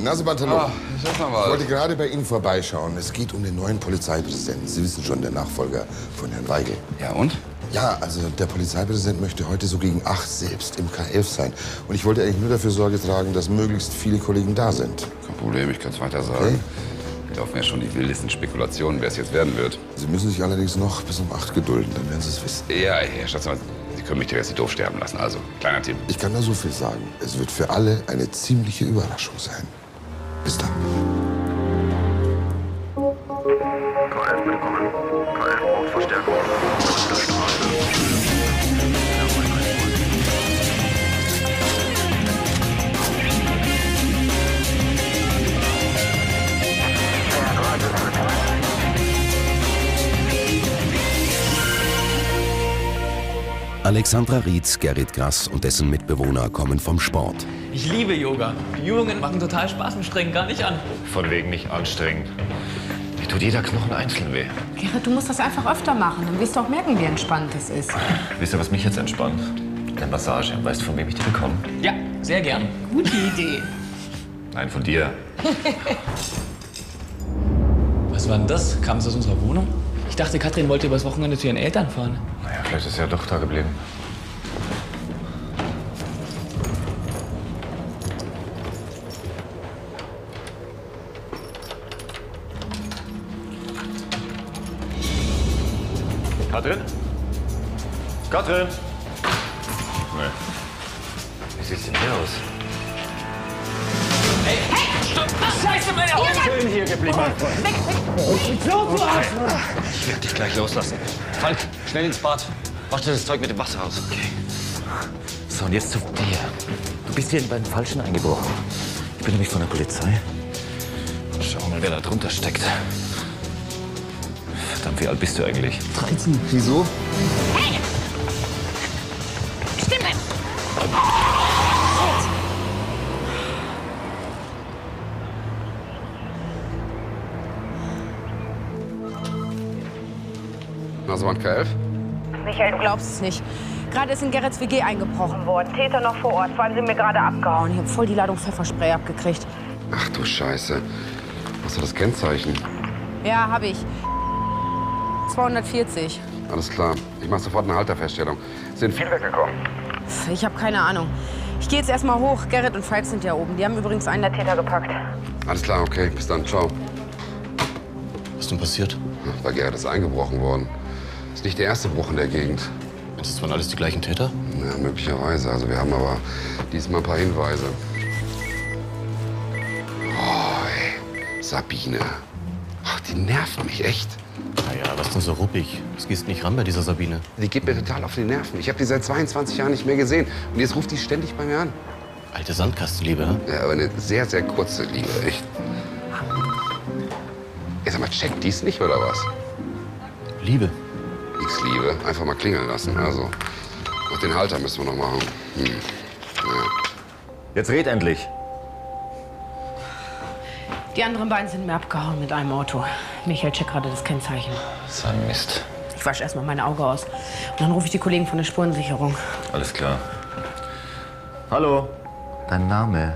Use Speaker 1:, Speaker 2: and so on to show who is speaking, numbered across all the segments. Speaker 1: Na, Subantanov,
Speaker 2: Ah, ich esse noch
Speaker 1: ich
Speaker 2: mal.
Speaker 1: wollte gerade bei Ihnen vorbeischauen. Es geht um den neuen Polizeipräsidenten. Sie wissen schon, der Nachfolger von Herrn Weigel.
Speaker 2: Ja, und?
Speaker 1: Ja, also der Polizeipräsident möchte heute so gegen acht selbst im KF sein. Und ich wollte eigentlich nur dafür Sorge tragen, dass möglichst viele Kollegen da sind.
Speaker 2: Kein Problem, ich kann es weiter sagen. Wir laufen ja schon die wildesten Spekulationen, wer es jetzt werden wird.
Speaker 1: Sie müssen sich allerdings noch bis um acht gedulden, dann werden Sie es wissen.
Speaker 2: Ja, Herr Staatsmann, Sie können mich doch jetzt nicht doof sterben lassen. Also, kleiner Tipp.
Speaker 1: Ich kann nur so viel sagen. Es wird für alle eine ziemliche Überraschung sein. Bis dann.
Speaker 3: KF willkommen. KF braucht Verstärkung.
Speaker 4: Alexandra Rietz, Gerrit Grass und dessen Mitbewohner kommen vom Sport.
Speaker 5: Ich liebe Yoga. Die Übungen machen total Spaß und strengen gar nicht an.
Speaker 6: Von wegen nicht anstrengend. Mir tut jeder Knochen einzeln weh.
Speaker 7: Gerrit, du musst das einfach öfter machen. Dann wirst du auch merken, wie entspannt es ist.
Speaker 6: Wisst ihr, was mich jetzt entspannt? Eine Massage. Weißt du, von wem ich die bekomme?
Speaker 5: Ja, sehr gern.
Speaker 7: Gute Idee.
Speaker 6: Nein, von dir.
Speaker 5: Was war denn das? Kam es aus unserer Wohnung? Ich dachte, Katrin wollte übers Wochenende zu ihren Eltern fahren.
Speaker 6: Naja, vielleicht ist er ja doch da geblieben. Katrin? Katrin? Nee. Wie sieht's denn hier aus? Ich werde dich gleich loslassen. Falk, schnell ins Bad. Wasche das Zeug mit dem Wasser aus. Okay. So, und jetzt zu dir. Du bist hier in beiden Falschen eingebrochen. Ich bin nämlich von der Polizei. Schau mal, wer da drunter steckt. Verdammt, wie alt bist du eigentlich?
Speaker 5: 13.
Speaker 1: Wieso?
Speaker 2: Also, Mann, KF?
Speaker 8: Michael,
Speaker 7: Du glaubst es nicht. Gerade ist in Gerrits WG eingebrochen
Speaker 8: glaubst worden. Täter noch vor Ort. Fahren Sie mir gerade abgehauen.
Speaker 7: worden. Ich habe voll die Ladung Pfefferspray abgekriegt.
Speaker 2: Ach du Scheiße. Was hat das Kennzeichen?
Speaker 7: Ja, habe ich. 240.
Speaker 2: Alles klar. Ich mache sofort eine Halterfeststellung. Sind viel weggekommen.
Speaker 7: Pff, Ich habe keine Ahnung. Ich gehe jetzt erstmal hoch. Gerrit und Falk sind ja oben. Die haben übrigens einen der Täter gepackt.
Speaker 2: Alles klar, okay. Bis dann. Ciao.
Speaker 9: Was ist denn passiert?
Speaker 2: Bei Gerrit ist eingebrochen worden. Ist nicht der erste Bruch in der Gegend.
Speaker 9: Das waren alles die gleichen Täter?
Speaker 2: Ja, möglicherweise. Also wir haben aber diesmal ein paar Hinweise. Oh, ey. Sabine. Ach, die nervt mich echt.
Speaker 9: Naja, was ist denn so ruppig? Das gehst nicht ran bei dieser Sabine.
Speaker 2: Die geht mir total auf die Nerven. Ich habe die seit 22 Jahren nicht mehr gesehen. Und jetzt ruft die ständig bei mir an.
Speaker 9: Alte Sandkastenliebe, ne? hä?
Speaker 2: Ja, aber eine sehr, sehr kurze Liebe, echt. Ey, sag mal, checkt dies nicht, oder was?
Speaker 9: Liebe.
Speaker 2: Nix Liebe. Einfach mal klingeln lassen. Also, auch den Halter müssen wir noch machen. Hm. Ja.
Speaker 6: Jetzt red endlich.
Speaker 7: Die anderen beiden sind mir abgehauen mit einem Auto. Michael checkt gerade das Kennzeichen.
Speaker 6: So ein Mist.
Speaker 7: Ich wasche erstmal mein Auge aus. Und dann rufe ich die Kollegen von der Spurensicherung.
Speaker 6: Alles klar. Hallo. Dein Name?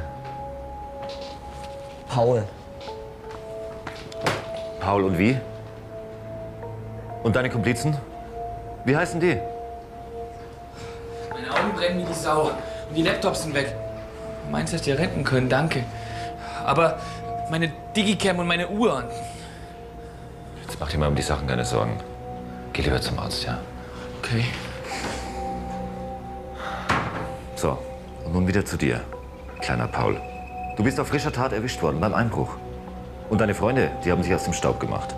Speaker 5: Paul.
Speaker 6: Paul und wie? Und deine Komplizen? Wie heißen die?
Speaker 5: Meine Augen brennen wie die Sau. Und die Laptops sind weg. Meins hätte ihr retten können, danke. Aber meine Digicam und meine Uhr.
Speaker 6: Jetzt mach dir mal um die Sachen keine Sorgen. Geh lieber zum Arzt, ja?
Speaker 5: Okay.
Speaker 6: So, und nun wieder zu dir, kleiner Paul. Du bist auf frischer Tat erwischt worden beim Einbruch. Und deine Freunde, die haben sich aus dem Staub gemacht.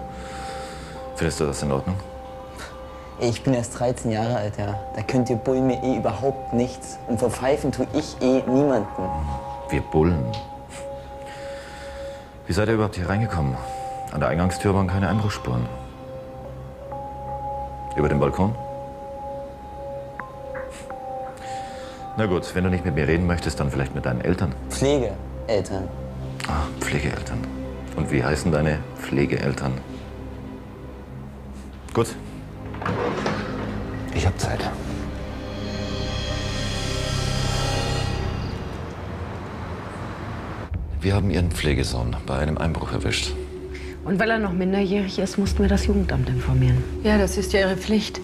Speaker 6: Findest du das in Ordnung?
Speaker 10: Ey, Ich bin erst 13 Jahre alt, ja. Da könnt ihr Bullen mir eh überhaupt nichts. Und verpfeifen tue ich eh niemanden.
Speaker 6: Wir Bullen. Wie seid ihr überhaupt hier reingekommen? An der Eingangstür waren keine Einbruchsspuren. Über den Balkon? Na gut, wenn du nicht mit mir reden möchtest, dann vielleicht mit deinen Eltern.
Speaker 10: Pflegeeltern.
Speaker 6: Ah, Pflegeeltern. Und wie heißen deine Pflegeeltern? Gut. Ich hab Zeit. Wir haben Ihren Pflegesohn bei einem Einbruch erwischt.
Speaker 7: Und weil er noch minderjährig ist, mussten wir das Jugendamt informieren.
Speaker 11: Ja, das ist ja Ihre Pflicht.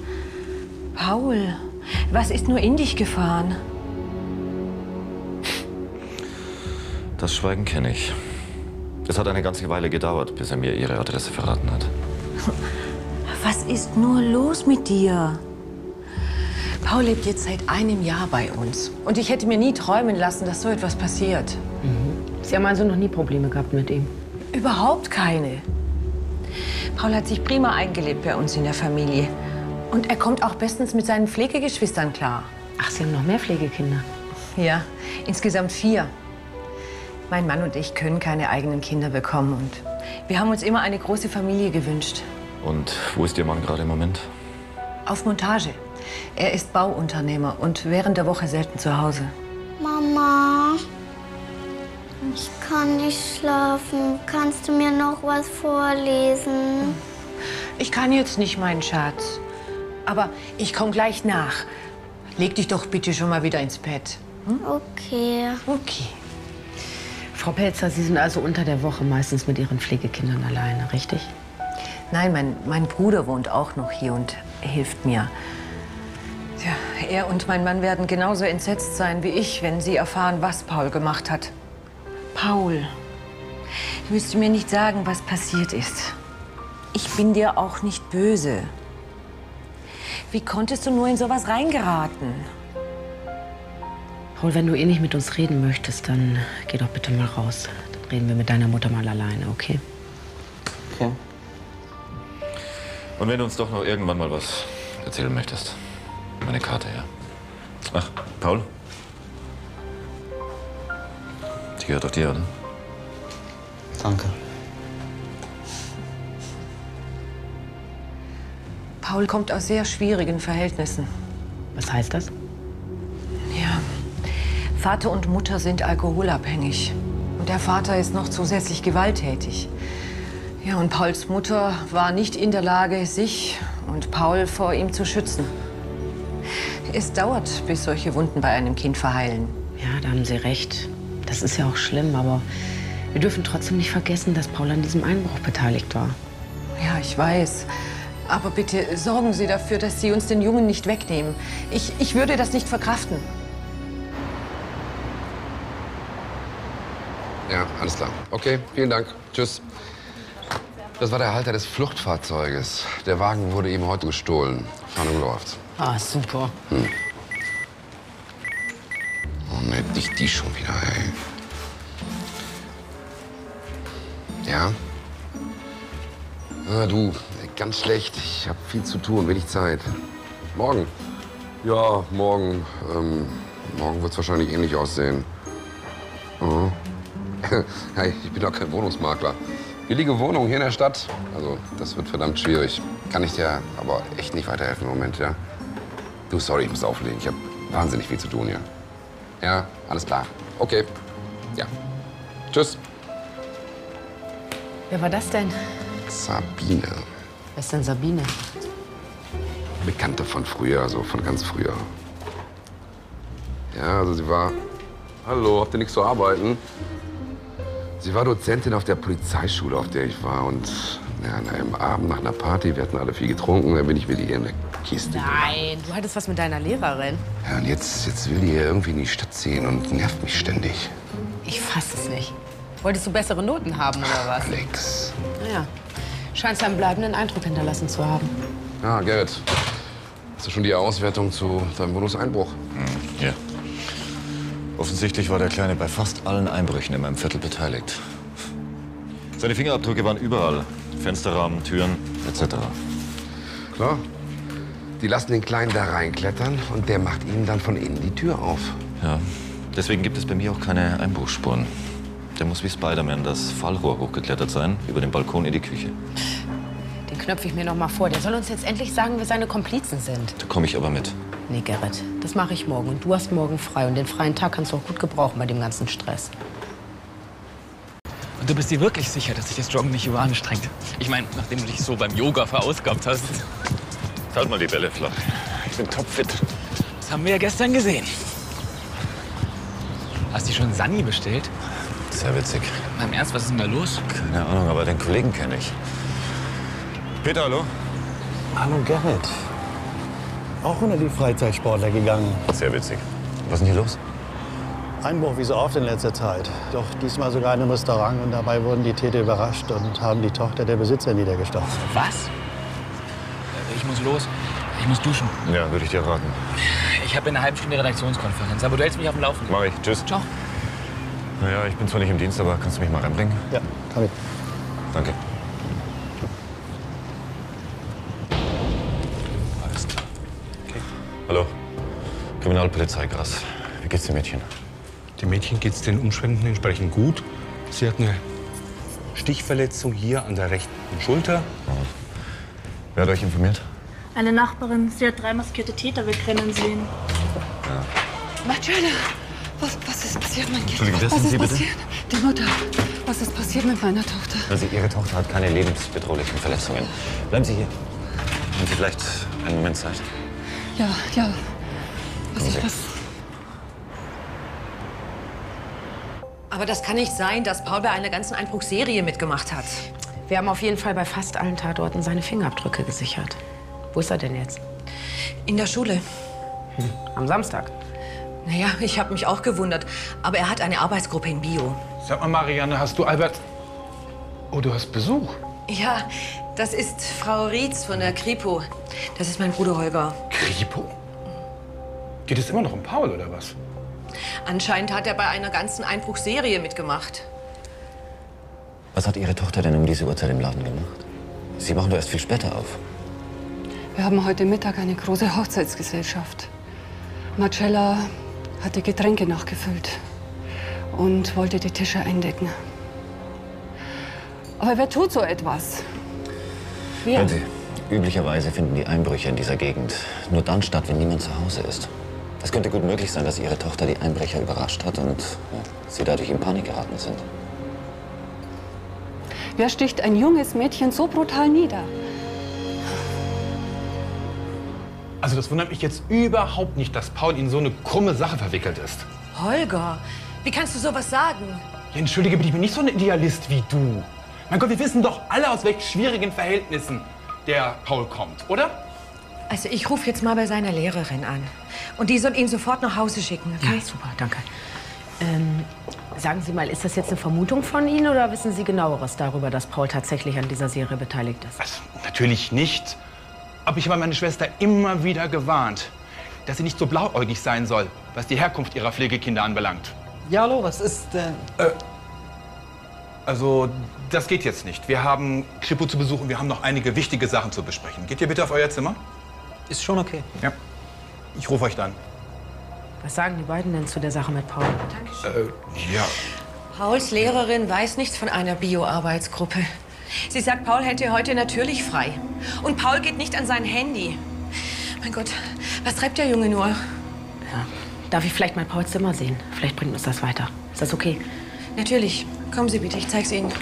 Speaker 11: Paul, was ist nur in dich gefahren?
Speaker 6: Das Schweigen kenne ich. Es hat eine ganze Weile gedauert, bis er mir Ihre Adresse verraten hat.
Speaker 11: Was ist nur los mit dir? Paul lebt jetzt seit einem Jahr bei uns. Und ich hätte mir nie träumen lassen, dass so etwas passiert.
Speaker 7: Sie haben also noch nie Probleme gehabt mit ihm.
Speaker 11: Überhaupt keine. Paul hat sich prima eingelebt bei uns in der Familie. Und er kommt auch bestens mit seinen Pflegegeschwistern klar.
Speaker 7: Ach, Sie haben noch mehr Pflegekinder.
Speaker 11: Ja, insgesamt vier. Mein Mann und ich können keine eigenen Kinder bekommen. Und wir haben uns immer eine große Familie gewünscht.
Speaker 6: Und wo ist Ihr Mann gerade im Moment?
Speaker 11: Auf Montage. Er ist Bauunternehmer und während der Woche selten zu Hause.
Speaker 12: Mama, ich kann nicht schlafen. Kannst du mir noch was vorlesen?
Speaker 11: Ich kann jetzt nicht, mein Schatz. Aber ich komme gleich nach. Leg dich doch bitte schon mal wieder ins Bett. Hm?
Speaker 12: Okay.
Speaker 11: Okay.
Speaker 7: Frau Pelzer, Sie sind also unter der Woche meistens mit Ihren Pflegekindern alleine, richtig?
Speaker 11: Nein, mein, mein Bruder wohnt auch noch hier und hilft mir. Tja, er und mein Mann werden genauso entsetzt sein wie ich, wenn sie erfahren, was Paul gemacht hat. Paul, du willst mir nicht sagen, was passiert ist. Ich bin dir auch nicht böse. Wie konntest du nur in sowas reingeraten?
Speaker 7: Paul, wenn du eh nicht mit uns reden möchtest, dann geh doch bitte mal raus. Dann reden wir mit deiner Mutter mal alleine, okay?
Speaker 6: Und wenn du uns doch noch irgendwann mal was erzählen möchtest. Meine Karte, ja. Ach, Paul? Die gehört doch dir, oder?
Speaker 13: Danke.
Speaker 11: Paul kommt aus sehr schwierigen Verhältnissen.
Speaker 7: Was heißt das?
Speaker 11: Ja. Vater und Mutter sind alkoholabhängig. Und der Vater ist noch zusätzlich gewalttätig. Ja, und Pauls Mutter war nicht in der Lage, sich und Paul vor ihm zu schützen. Es dauert, bis solche Wunden bei einem Kind verheilen.
Speaker 7: Ja, da haben Sie recht. Das ist ja auch schlimm, aber wir dürfen trotzdem nicht vergessen, dass Paul an diesem Einbruch beteiligt war.
Speaker 11: Ja, ich weiß. Aber bitte sorgen Sie dafür, dass Sie uns den Jungen nicht wegnehmen. Ich, ich würde das nicht verkraften.
Speaker 2: Ja, alles klar. Okay, vielen Dank. Tschüss. Das war der Halter des Fluchtfahrzeuges. Der Wagen wurde eben heute gestohlen. Fahndung läuft.
Speaker 7: Ah, super.
Speaker 2: Hm. Oh ne, nicht die schon wieder, ey. Ja? Ah, du, ganz schlecht. Ich habe viel zu tun, wenig Zeit. Morgen. Ja, morgen. Ähm, morgen wird es wahrscheinlich ähnlich aussehen. Oh. Hey, ich bin doch kein Wohnungsmakler. Billige Wohnung hier in der Stadt. Also, das wird verdammt schwierig. Kann ich dir aber echt nicht weiterhelfen im Moment, ja? Du, sorry, ich muss auflegen. Ich habe wahnsinnig viel zu tun hier. Ja, alles klar. Okay. Ja. Tschüss.
Speaker 7: Wer war das denn?
Speaker 2: Sabine.
Speaker 7: Wer ist denn Sabine?
Speaker 2: Bekannte von früher, also von ganz früher. Ja, also sie war. Hallo, habt ihr nichts zu arbeiten? Sie war Dozentin auf der Polizeischule, auf der ich war. Und ja, an einem Abend nach einer Party, wir hatten alle viel getrunken, dann bin ich mit ihr in der Kiste.
Speaker 7: Nein, du hattest was mit deiner Lehrerin.
Speaker 2: Ja, und jetzt, jetzt will die hier irgendwie in die Stadt ziehen und nervt mich ständig.
Speaker 7: Ich fass es nicht. Wolltest du bessere Noten haben oder was?
Speaker 2: Nix.
Speaker 7: Naja, scheinst einen bleibenden Eindruck hinterlassen zu haben.
Speaker 2: Ah, Gerrit. Hast du schon die Auswertung zu deinem Bonuseinbruch?
Speaker 6: Ja. Offensichtlich war der Kleine bei fast allen Einbrüchen in meinem Viertel beteiligt. Seine Fingerabdrücke waren überall. Fensterrahmen, Türen, etc.
Speaker 2: Klar. Die lassen den Kleinen da reinklettern und der macht ihnen dann von innen die Tür auf.
Speaker 6: Ja. Deswegen gibt es bei mir auch keine Einbruchsspuren. Der muss wie Spider-Man das Fallrohr hochgeklettert sein, über den Balkon in die Küche.
Speaker 7: Den knöpfe ich mir noch mal vor. Der soll uns jetzt endlich sagen, wer seine Komplizen sind.
Speaker 6: Da komme ich aber mit.
Speaker 7: Nee, Gerrit, das mache ich morgen. Und du hast morgen frei. Und den freien Tag kannst du auch gut gebrauchen bei dem ganzen Stress.
Speaker 5: Und du bist dir wirklich sicher, dass sich das Joggen nicht überanstrengt? Ich meine, nachdem du dich so beim Yoga verausgabt hast.
Speaker 6: Halt mal die Bälle flach. Ich bin topfit.
Speaker 5: Das haben wir ja gestern gesehen. Hast du schon Sani bestellt?
Speaker 6: Sehr witzig.
Speaker 14: Mein Ernst, was ist denn da los?
Speaker 6: Keine Ahnung, aber den Kollegen kenne ich. Peter, hallo?
Speaker 15: Hallo Gerrit. Auch unter die Freizeitsportler gegangen.
Speaker 6: Sehr witzig. Was ist denn hier los?
Speaker 15: Einbruch wie so oft in letzter Zeit. Doch diesmal sogar in einem Restaurant und dabei wurden die Täter überrascht und haben die Tochter der Besitzer niedergestochen.
Speaker 14: Was? Ich muss los. Ich muss duschen.
Speaker 6: Ja, würde ich dir raten.
Speaker 14: Ich habe in einer halben Stunde Redaktionskonferenz, aber du hältst mich auf dem Laufenden.
Speaker 6: Mach ich. Tschüss.
Speaker 14: Ciao.
Speaker 6: Naja, ich bin zwar nicht im Dienst, aber kannst du mich mal reinbringen?
Speaker 15: Ja, kann ich.
Speaker 6: Danke. Alles klar. Hallo. Kriminalpolizei Gras. Wie geht's dem Mädchen?
Speaker 5: Dem Mädchen geht es den Umständen entsprechend gut. Sie hat eine Stichverletzung hier an der rechten Schulter.
Speaker 6: Mhm. Wer hat euch informiert?
Speaker 16: Eine Nachbarin, sie hat drei maskierte Täter wegrennen sehen.
Speaker 10: Martina, was, was ist passiert, mein Kind?
Speaker 6: Entschuldigung, das
Speaker 10: was
Speaker 6: sind
Speaker 10: ist
Speaker 6: Sie bitte?
Speaker 10: passiert? Die Mutter. Was ist passiert mit meiner Tochter?
Speaker 17: Also Ihre Tochter hat keine lebensbedrohlichen Verletzungen. Bleiben Sie hier.
Speaker 6: Haben Sie vielleicht einen Moment Zeit?
Speaker 10: Ja, ja. Was ist passiert?
Speaker 11: Aber das kann nicht sein, dass Paul bei einer ganzen Einbruchserie mitgemacht hat.
Speaker 7: Wir haben auf jeden Fall bei fast allen Tatorten seine Fingerabdrücke gesichert. Wo ist er denn jetzt?
Speaker 11: In der Schule.
Speaker 7: Am Samstag.
Speaker 11: Naja, ich habe mich auch gewundert. Aber er hat eine Arbeitsgruppe in Bio.
Speaker 5: Sag mal, Marianne, hast du Albert. Oh, du hast Besuch.
Speaker 11: Ja, das ist Frau Rietz von der Kripo. Das ist mein Bruder Holger.
Speaker 5: Kripo? Geht es immer noch um Paul oder was?
Speaker 11: Anscheinend hat er bei einer ganzen Einbruchserie mitgemacht.
Speaker 17: Was hat Ihre Tochter denn um diese Uhrzeit im Laden gemacht? Sie machen doch erst viel später auf.
Speaker 10: Wir haben heute Mittag eine große Hochzeitsgesellschaft. Marcella hat die Getränke nachgefüllt und wollte die Tische eindecken. Aber wer tut so etwas? Wir.
Speaker 17: Hören Sie, üblicherweise finden die Einbrüche in dieser Gegend nur dann statt, wenn niemand zu Hause ist. Es könnte gut möglich sein, dass Ihre Tochter die Einbrecher überrascht hat und ja, Sie dadurch in Panik geraten sind.
Speaker 10: Wer sticht ein junges Mädchen so brutal nieder?
Speaker 5: Also, das wundert mich jetzt überhaupt nicht, dass Paul in so eine krumme Sache verwickelt ist.
Speaker 11: Holger, wie kannst du sowas sagen?
Speaker 5: Ja, entschuldige bitte, ich bin nicht so ein Idealist wie du. Mein Gott, wir wissen doch alle, aus welch schwierigen Verhältnissen der Paul kommt, oder?
Speaker 11: Also ich rufe jetzt mal bei seiner Lehrerin an. Und die soll ihn sofort nach Hause schicken, okay?
Speaker 7: super, danke. Ähm, sagen Sie mal, ist das jetzt eine Vermutung von Ihnen oder wissen Sie genaueres darüber, dass Paul tatsächlich an dieser Serie beteiligt ist?
Speaker 5: Natürlich nicht. Aber ich habe meine Schwester immer wieder gewarnt, dass sie nicht so blauäugig sein soll, was die Herkunft ihrer Pflegekinder anbelangt. Äh,
Speaker 18: Ja, hallo, was ist äh, denn?
Speaker 5: Also, das geht jetzt nicht. Wir haben Kripo zu besuchen, wir haben noch einige wichtige Sachen zu besprechen. Geht ihr bitte auf euer Zimmer?
Speaker 18: Ist schon okay.
Speaker 5: Ja. Ich rufe euch dann.
Speaker 7: Was sagen die beiden denn zu der Sache mit Paul?
Speaker 5: Äh, ja.
Speaker 11: Pauls Lehrerin weiß nichts von einer Bio-Arbeitsgruppe. Sie sagt, Paul hätte heute natürlich frei. Und Paul geht nicht an sein Handy. Mein Gott, was treibt der Junge nur?
Speaker 7: Darf ich vielleicht mal Pauls Zimmer sehen? Vielleicht bringt uns das weiter. Ist das okay?
Speaker 11: Natürlich. Kommen Sie bitte, ich zeig's Ihnen.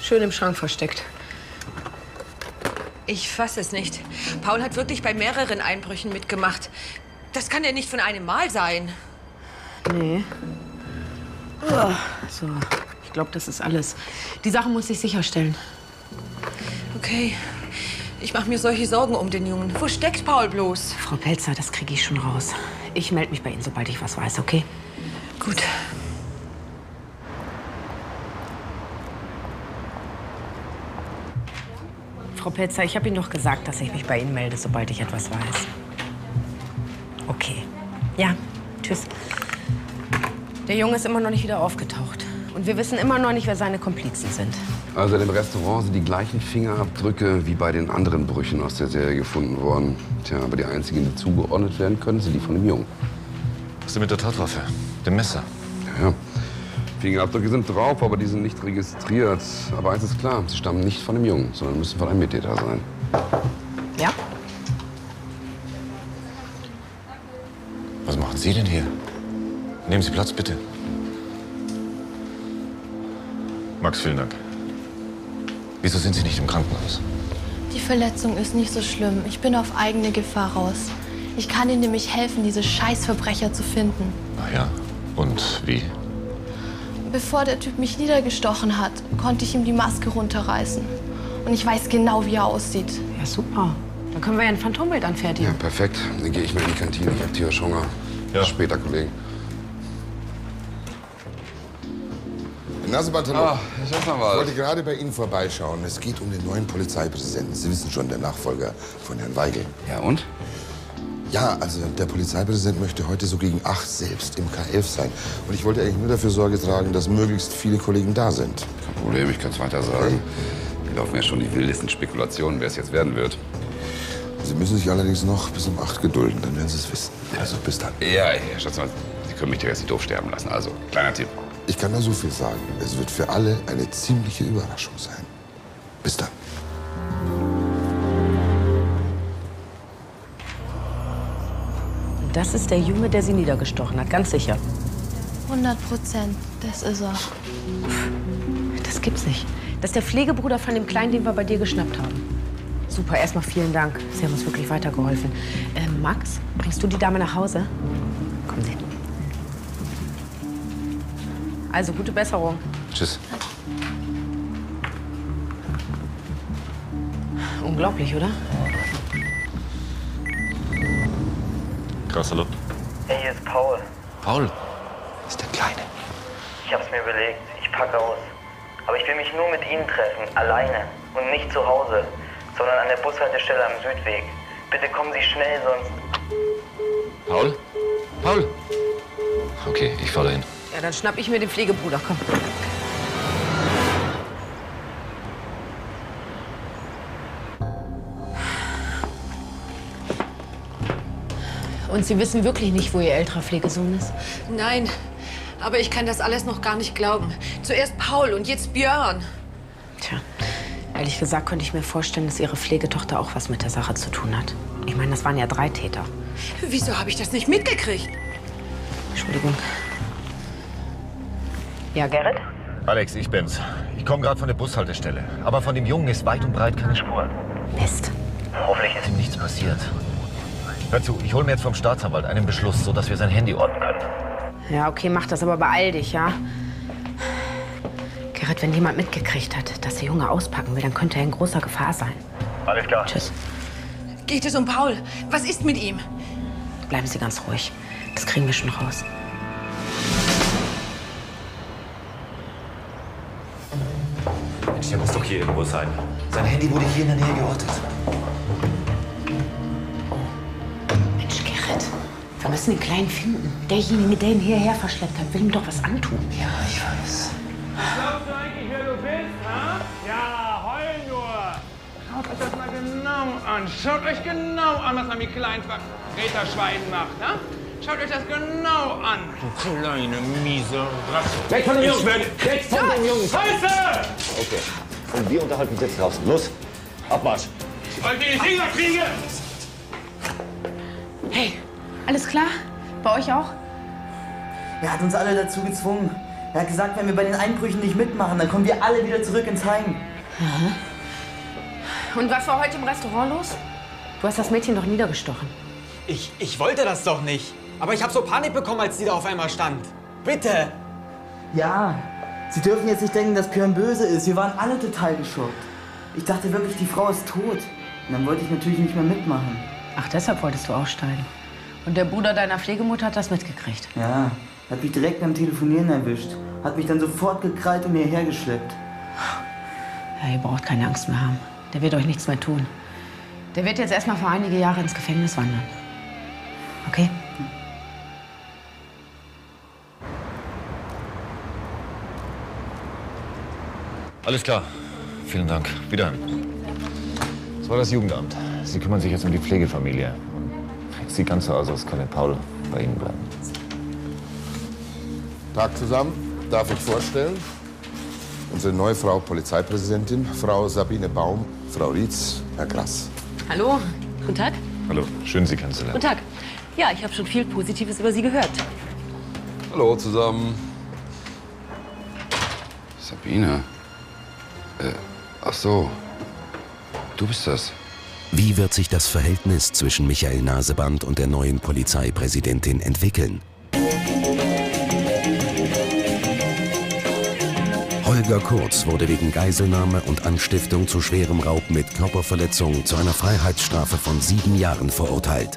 Speaker 7: Schön im Schrank versteckt.
Speaker 11: Ich fasse es nicht. Paul hat wirklich bei mehreren Einbrüchen mitgemacht. Das kann ja nicht von einem Mal sein.
Speaker 7: Nee. Uah, so, ich glaube, das ist alles. Die Sache muss ich sicherstellen.
Speaker 11: Okay. Ich mache mir solche Sorgen um den Jungen. Wo steckt Paul bloß?
Speaker 7: Frau Pelzer, das kriege ich schon raus. Ich melde mich bei Ihnen, sobald ich was weiß, okay?
Speaker 11: Gut.
Speaker 7: Frau Pelzer, ich habe Ihnen doch gesagt, dass ich mich bei Ihnen melde, sobald ich etwas weiß. Okay. Ja, tschüss. Der Junge ist immer noch nicht wieder aufgetaucht. Und wir wissen immer noch nicht, wer seine Komplizen sind.
Speaker 2: Also in dem Restaurant sind die gleichen Fingerabdrücke wie bei den anderen Brüchen aus der Serie gefunden worden. Tja, aber die einzigen, die zugeordnet werden können, sind die von dem Jungen.
Speaker 6: Was ist denn mit der Tatwaffe? Dem Messer?
Speaker 2: Ja. Fingerabdrücke sind drauf, aber die sind nicht registriert. Aber eins ist klar, sie stammen nicht von dem Jungen, sondern müssen von einem Mittäter sein.
Speaker 7: Ja?
Speaker 6: Was machen Sie denn hier? Nehmen Sie Platz, bitte. Max, vielen Dank. Wieso sind Sie nicht im Krankenhaus?
Speaker 19: Die Verletzung ist nicht so schlimm. Ich bin auf eigene Gefahr raus. Ich kann ihnen nämlich helfen, diese Scheißverbrecher zu finden.
Speaker 6: Ach ja. Und wie?
Speaker 19: Bevor der Typ mich niedergestochen hat, konnte ich ihm die Maske runterreißen. Und ich weiß genau, wie er aussieht.
Speaker 20: Ja, super. Dann können wir ja ein Phantombild anfertigen.
Speaker 2: Ja, perfekt. Dann gehe ich mal in die Kantine. Ich habe tierisch Hunger. Bis Später, Kollegen.
Speaker 21: Naseband, hallo.
Speaker 2: Ah, ich hab noch was.
Speaker 21: Ich wollte gerade bei Ihnen vorbeischauen. Es geht um den neuen Polizeipräsidenten. Sie wissen schon, der Nachfolger von Herrn Weigel.
Speaker 2: Ja, und?
Speaker 21: Ja, also der Polizeipräsident möchte heute so gegen acht selbst im KF sein. Und ich wollte eigentlich nur dafür Sorge tragen, dass möglichst viele Kollegen da sind.
Speaker 2: Kein Problem, ich kann es weiter sagen. Hier laufen ja schon die wildesten Spekulationen, wer es jetzt werden wird.
Speaker 21: Sie müssen sich allerdings noch bis um acht gedulden, dann werden Sie es wissen. Also bis dann.
Speaker 2: Ja, ja, Schatzmann, Sie können mich doch jetzt nicht doof sterben lassen. Also, kleiner Tipp.
Speaker 21: Ich kann nur so viel sagen. Es wird für alle eine ziemliche Überraschung sein. Bis dann.
Speaker 7: Das ist der Junge, der sie niedergestochen hat, ganz sicher.
Speaker 19: 100 Prozent, das ist er.
Speaker 7: Das gibt's nicht. Das ist der Pflegebruder von dem Kleinen, den wir bei dir geschnappt haben. Super, erstmal vielen Dank. Sie haben uns wirklich weitergeholfen. Äh, Max, bringst du die Dame nach Hause? Kommen Sie. Also gute Besserung.
Speaker 2: Tschüss.
Speaker 7: Unglaublich, oder?
Speaker 6: Krass, hallo.
Speaker 11: Hey, hier ist Paul.
Speaker 6: Paul,
Speaker 11: Ich hab's mir überlegt. Ich packe aus. Aber ich will mich nur mit Ihnen treffen, alleine. Und nicht zu Hause, sondern an der Bushaltestelle am Südweg. Bitte kommen Sie schnell, sonst.
Speaker 6: Paul? Paul? Okay, ich fahre dahin.
Speaker 7: Ja, dann schnapp ich mir den Pflegebruder. Komm.
Speaker 20: Und Sie wissen wirklich nicht, wo Ihr älterer Pflegesohn ist?
Speaker 22: Nein, aber ich kann das alles noch gar nicht glauben. Zuerst Paul und jetzt Björn.
Speaker 7: Ehrlich gesagt könnte ich mir vorstellen, dass Ihre Pflegetochter auch was mit der Sache zu tun hat. Ich meine, das waren ja drei Täter.
Speaker 22: Wieso habe ich das nicht mitgekriegt?
Speaker 7: Entschuldigung. Ja, Gerrit?
Speaker 6: Alex, ich bin's. Ich komme gerade von der Bushaltestelle. Aber von dem Jungen ist weit und breit keine Spur.
Speaker 7: Mist.
Speaker 6: Hoffentlich ist ihm nichts passiert. Hör zu, ich hole mir jetzt vom Staatsanwalt einen Beschluss, sodass wir sein Handy orten können.
Speaker 7: Ja, okay, mach das, aber beeil dich, ja? Gerrit, wenn jemand mitgekriegt hat, dass der Junge auspacken will, dann könnte er in großer Gefahr sein.
Speaker 6: Alles klar.
Speaker 7: Tschüss.
Speaker 22: Geht es um Paul? Was ist mit ihm?
Speaker 7: Bleiben Sie ganz ruhig. Das kriegen wir schon raus.
Speaker 9: Mensch, der muss doch hier irgendwo sein.
Speaker 6: Sein Handy wurde hier in der Nähe geortet.
Speaker 7: Mensch, Gerrit, wir müssen den Kleinen finden. Derjenige, der ihn hierher verschleppt hat, will ihm doch was antun. Ja, ich weiß.
Speaker 5: Glaubst du eigentlich, wer du bist, ha? Ja, heul nur! Schaut euch das mal genau an. Schaut euch genau an, was man mit kleinen Verräterschweinen macht, ha? Schaut euch das genau an. Du kleine, miese Rasse.
Speaker 9: Weg von dem Jungen!
Speaker 5: Weg von dem Jungen! Scheiße!
Speaker 9: Okay. Und wir unterhalten uns jetzt draußen. Los, Abmarsch.
Speaker 5: Wollt ihr die Finger kriegen?
Speaker 19: Hey, alles klar? Bei euch auch?
Speaker 10: Er hat uns alle dazu gezwungen. Er hat gesagt, wenn wir bei den Einbrüchen nicht mitmachen, dann kommen wir alle wieder zurück ins Heim.
Speaker 20: Und was war heute im Restaurant los?
Speaker 7: Du hast das Mädchen doch niedergestochen.
Speaker 23: Ich, ich wollte das doch nicht. Aber ich habe so Panik bekommen, als die da auf einmal stand. Bitte!
Speaker 10: Ja, Sie dürfen jetzt nicht denken, dass Björn böse ist. Wir waren alle total geschockt. Ich dachte wirklich, die Frau ist tot. Und dann wollte ich natürlich nicht mehr mitmachen.
Speaker 7: Ach, deshalb wolltest du aussteigen.
Speaker 20: Und der Bruder deiner Pflegemutter hat das mitgekriegt.
Speaker 10: Ja, hat mich direkt beim Telefonieren erwischt. Hat mich dann sofort gekrallt und mir hergeschleppt.
Speaker 7: Ja, ihr braucht keine Angst mehr haben. Der wird euch nichts mehr tun.
Speaker 20: Der wird jetzt erstmal für einige Jahre ins Gefängnis wandern.
Speaker 7: Okay?
Speaker 6: Alles klar. Vielen Dank. Wiederhin. Das war das Jugendamt. Sie kümmern sich jetzt um die Pflegefamilie. Und Sieht ganz so aus, als könne Paul bei Ihnen bleiben.
Speaker 21: Tag zusammen. Darf ich vorstellen? Unsere neue Frau Polizeipräsidentin, Frau Sabine Baum, Frau Rietz, Herr Grass.
Speaker 24: Hallo, guten Tag.
Speaker 6: Hallo, schön Sie
Speaker 24: Guten
Speaker 6: kennenzulernen.
Speaker 24: Tag. Ja, ich habe schon viel Positives über Sie gehört.
Speaker 2: Hallo zusammen. Sabine. Äh, ach so. Du bist das.
Speaker 4: Wie wird sich das Verhältnis zwischen Michael Naseband und der neuen Polizeipräsidentin entwickeln? Holger Kurz wurde wegen Geiselnahme und Anstiftung zu schwerem Raub mit Körperverletzung zu einer Freiheitsstrafe von sieben Jahren verurteilt.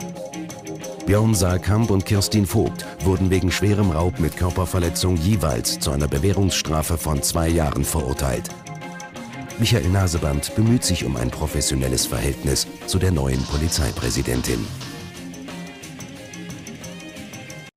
Speaker 4: Björn Saalkamp und Kirstin Vogt wurden wegen schwerem Raub mit Körperverletzung jeweils zu einer Bewährungsstrafe von zwei Jahren verurteilt. Michael Naseband bemüht sich um ein professionelles Verhältnis zu der neuen Polizeipräsidentin.